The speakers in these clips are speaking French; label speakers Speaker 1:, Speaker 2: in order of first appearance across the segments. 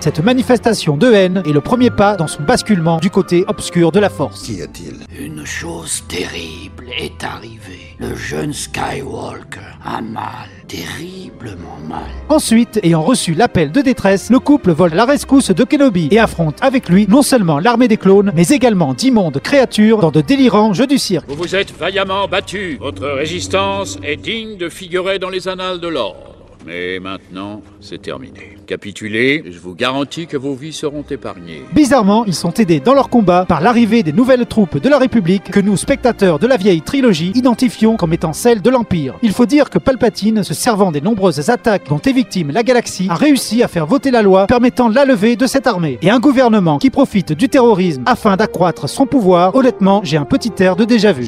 Speaker 1: Cette manifestation de haine est le premier pas dans son basculement du côté obscur de la Force.
Speaker 2: Qu'y a-t-il
Speaker 3: Une chose terrible est arrivée. Le jeune Skywalker, un mal, terriblement mal.
Speaker 1: Ensuite, ayant reçu l'appel de détresse, le couple vole à la rescousse de Kenobi et affronte avec lui non seulement l'armée des clones, mais également d'immondes créatures dans de délirants jeux du cirque.
Speaker 4: Vous vous êtes vaillamment battus. Votre résistance est digne de figurer dans les annales de l'ordre. Mais maintenant, c'est terminé. Capitulez, et je vous garantis que vos vies seront épargnées.
Speaker 1: Bizarrement, ils sont aidés dans leur combat par l'arrivée des nouvelles troupes de la République que nous, spectateurs de la vieille trilogie, identifions comme étant celles de l'Empire. Il faut dire que Palpatine, se servant des nombreuses attaques dont est victime la galaxie, a réussi à faire voter la loi permettant la levée de cette armée. Et un gouvernement qui profite du terrorisme afin d'accroître son pouvoir, honnêtement, j'ai un petit air de déjà-vu.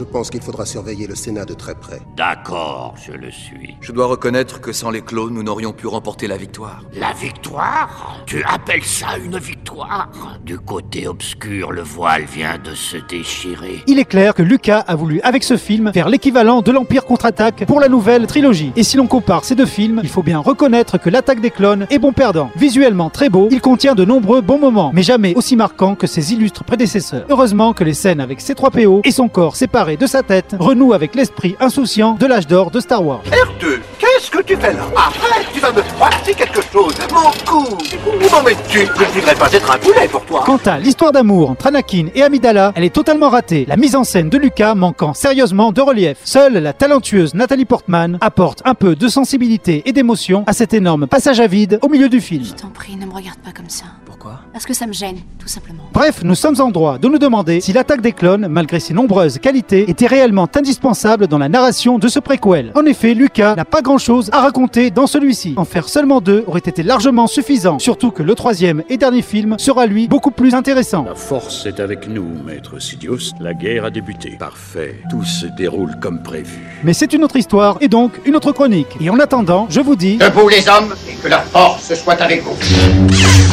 Speaker 3: D'accord, je le suis.
Speaker 5: Je dois reconnaître que sans les clones, Solo, nous n'aurions pu remporter la victoire.
Speaker 3: La victoire Tu appelles ça une victoire Du côté obscur, le voile vient de se déchirer.
Speaker 1: Il est clair que Lucas a voulu, avec ce film, faire l'équivalent de l'Empire contre-attaque pour la nouvelle trilogie. Et si l'on compare ces deux films, il faut bien reconnaître que l'attaque des clones est bon perdant. Visuellement très beau, il contient de nombreux bons moments, mais jamais aussi marquants que ses illustres prédécesseurs. Heureusement que les scènes avec ses 3 PO et son corps séparé de sa tête renouent avec l'esprit insouciant de l'âge d'or de Star Wars.
Speaker 6: R2, qu'est-ce que tu fais là Arrête, tu vas me froisser quelque chose Mon cou Où m'en mets-tu Je ne voudrais pas être un poulet pour toi
Speaker 1: Quant à l'histoire d'amour entre Anakin et Amidala, elle est totalement ratée, la mise en scène de Lucas manquant sérieusement de relief. Seule la talentueuse Nathalie Portman apporte un peu de sensibilité et d'émotion à cet énorme passage à vide au milieu du film.
Speaker 7: Je t'en prie, ne me regarde pas comme ça.
Speaker 5: Pourquoi
Speaker 7: Parce que ça me gêne, tout simplement.
Speaker 1: Bref, nous sommes en droit de nous demander si l'attaque des clones, malgré ses nombreuses qualités, était réellement indispensable dans la narration de ce préquel. En effet, Lucas n'a pas grand-chose à raconter dans celui-ci. En faire seulement deux aurait été largement suffisant, surtout que le troisième et dernier film sera lui beaucoup plus intéressant.
Speaker 4: La force est avec nous, maître Sidious. La guerre a débuté.
Speaker 2: Parfait. Tout se déroule comme prévu.
Speaker 1: Mais c'est une autre histoire et donc une autre chronique. Et en attendant, je vous dis...
Speaker 3: Debout les hommes, et que la force soit avec vous.